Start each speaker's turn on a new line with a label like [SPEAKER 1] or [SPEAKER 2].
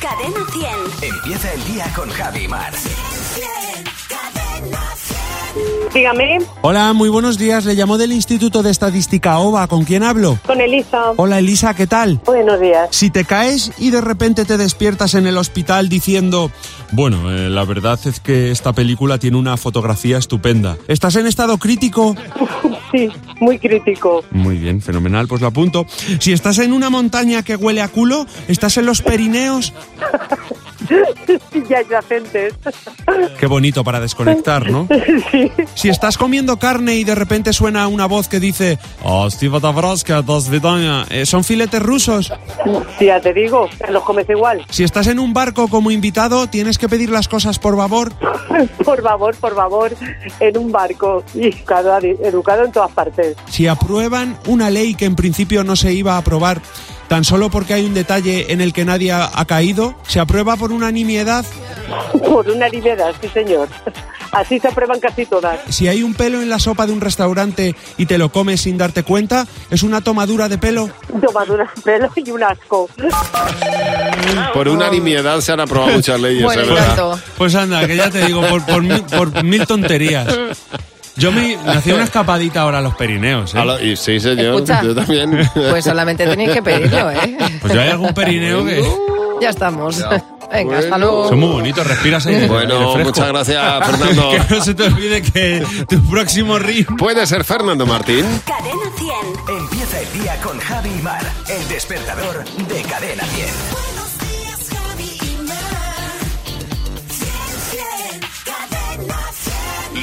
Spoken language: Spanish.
[SPEAKER 1] Cadena 100.
[SPEAKER 2] Empieza el día con Javi Mar.
[SPEAKER 3] Dígame,
[SPEAKER 4] Hola, muy buenos días. Le llamo del Instituto de Estadística OVA. ¿Con quién hablo?
[SPEAKER 3] con Elisa.
[SPEAKER 4] Hola, Elisa, ¿qué tal?
[SPEAKER 3] Buenos días.
[SPEAKER 4] Si te caes y de repente te despiertas en el hospital diciendo, bueno, eh, la verdad es que esta película tiene una fotografía estupenda. ¿Estás en estado crítico?
[SPEAKER 3] Sí, muy crítico.
[SPEAKER 4] Muy bien, fenomenal, pues lo apunto. Si estás en una montaña que huele a culo, estás en los Pirineos.
[SPEAKER 3] Yacentes.
[SPEAKER 4] Qué bonito para desconectar, ¿no?
[SPEAKER 3] Sí,
[SPEAKER 4] Si estás comiendo carne y de repente suena una voz que dice, oh, Eh, son filetes rusos.
[SPEAKER 3] sí, ya te digo, los comes igual.
[SPEAKER 4] Si estás en un barco como invitado, tienes que pedir las cosas por favor.
[SPEAKER 3] Por favor, por favor, en un barco. Y educado, educado en todas partes.
[SPEAKER 4] Si aprueban una ley que en principio no se iba a aprobar, tan solo porque hay un detalle en el que nadie ha ha caído, se aprueba por unanimidad.
[SPEAKER 3] Por una libera, sí, señor. Así se aprueban casi todas.
[SPEAKER 4] Si hay un pelo en la sopa de un restaurante y te lo comes sin darte cuenta, es una tomadura de pelo.
[SPEAKER 3] Tomadura de pelo y un asco.
[SPEAKER 5] Por unanimidad se han aprobado muchas leyes,
[SPEAKER 6] Bueno,
[SPEAKER 5] es
[SPEAKER 6] y
[SPEAKER 5] verdad.
[SPEAKER 6] tanto.
[SPEAKER 4] Pues anda, que ya te digo, por, por mil, por mil tonterías. Yo me, me hacía una escapadita ahora a los Pirineos. ¿eh?
[SPEAKER 5] A lo- y sí, señor,
[SPEAKER 6] Escucha.
[SPEAKER 5] yo también.
[SPEAKER 6] Pues solamente tenéis que pedirlo, ¿eh?
[SPEAKER 4] Pues yo hay algún Perineo que
[SPEAKER 6] Ya estamos. Venga,
[SPEAKER 5] Bueno.
[SPEAKER 6] hasta luego.
[SPEAKER 4] son muy bonitos, respiras ahí.
[SPEAKER 5] bueno, muchas gracias, Fernando.
[SPEAKER 4] Que no se te olvide que tu próximo ritmo
[SPEAKER 5] ¿Puede ser Fernando Martín?
[SPEAKER 1] Cadena 100.
[SPEAKER 2] Empieza el día con Javi Mar. El despertador de Cadena 10.
[SPEAKER 7] Buenos días, Javi y Mar. Bien, bien, cadena 100.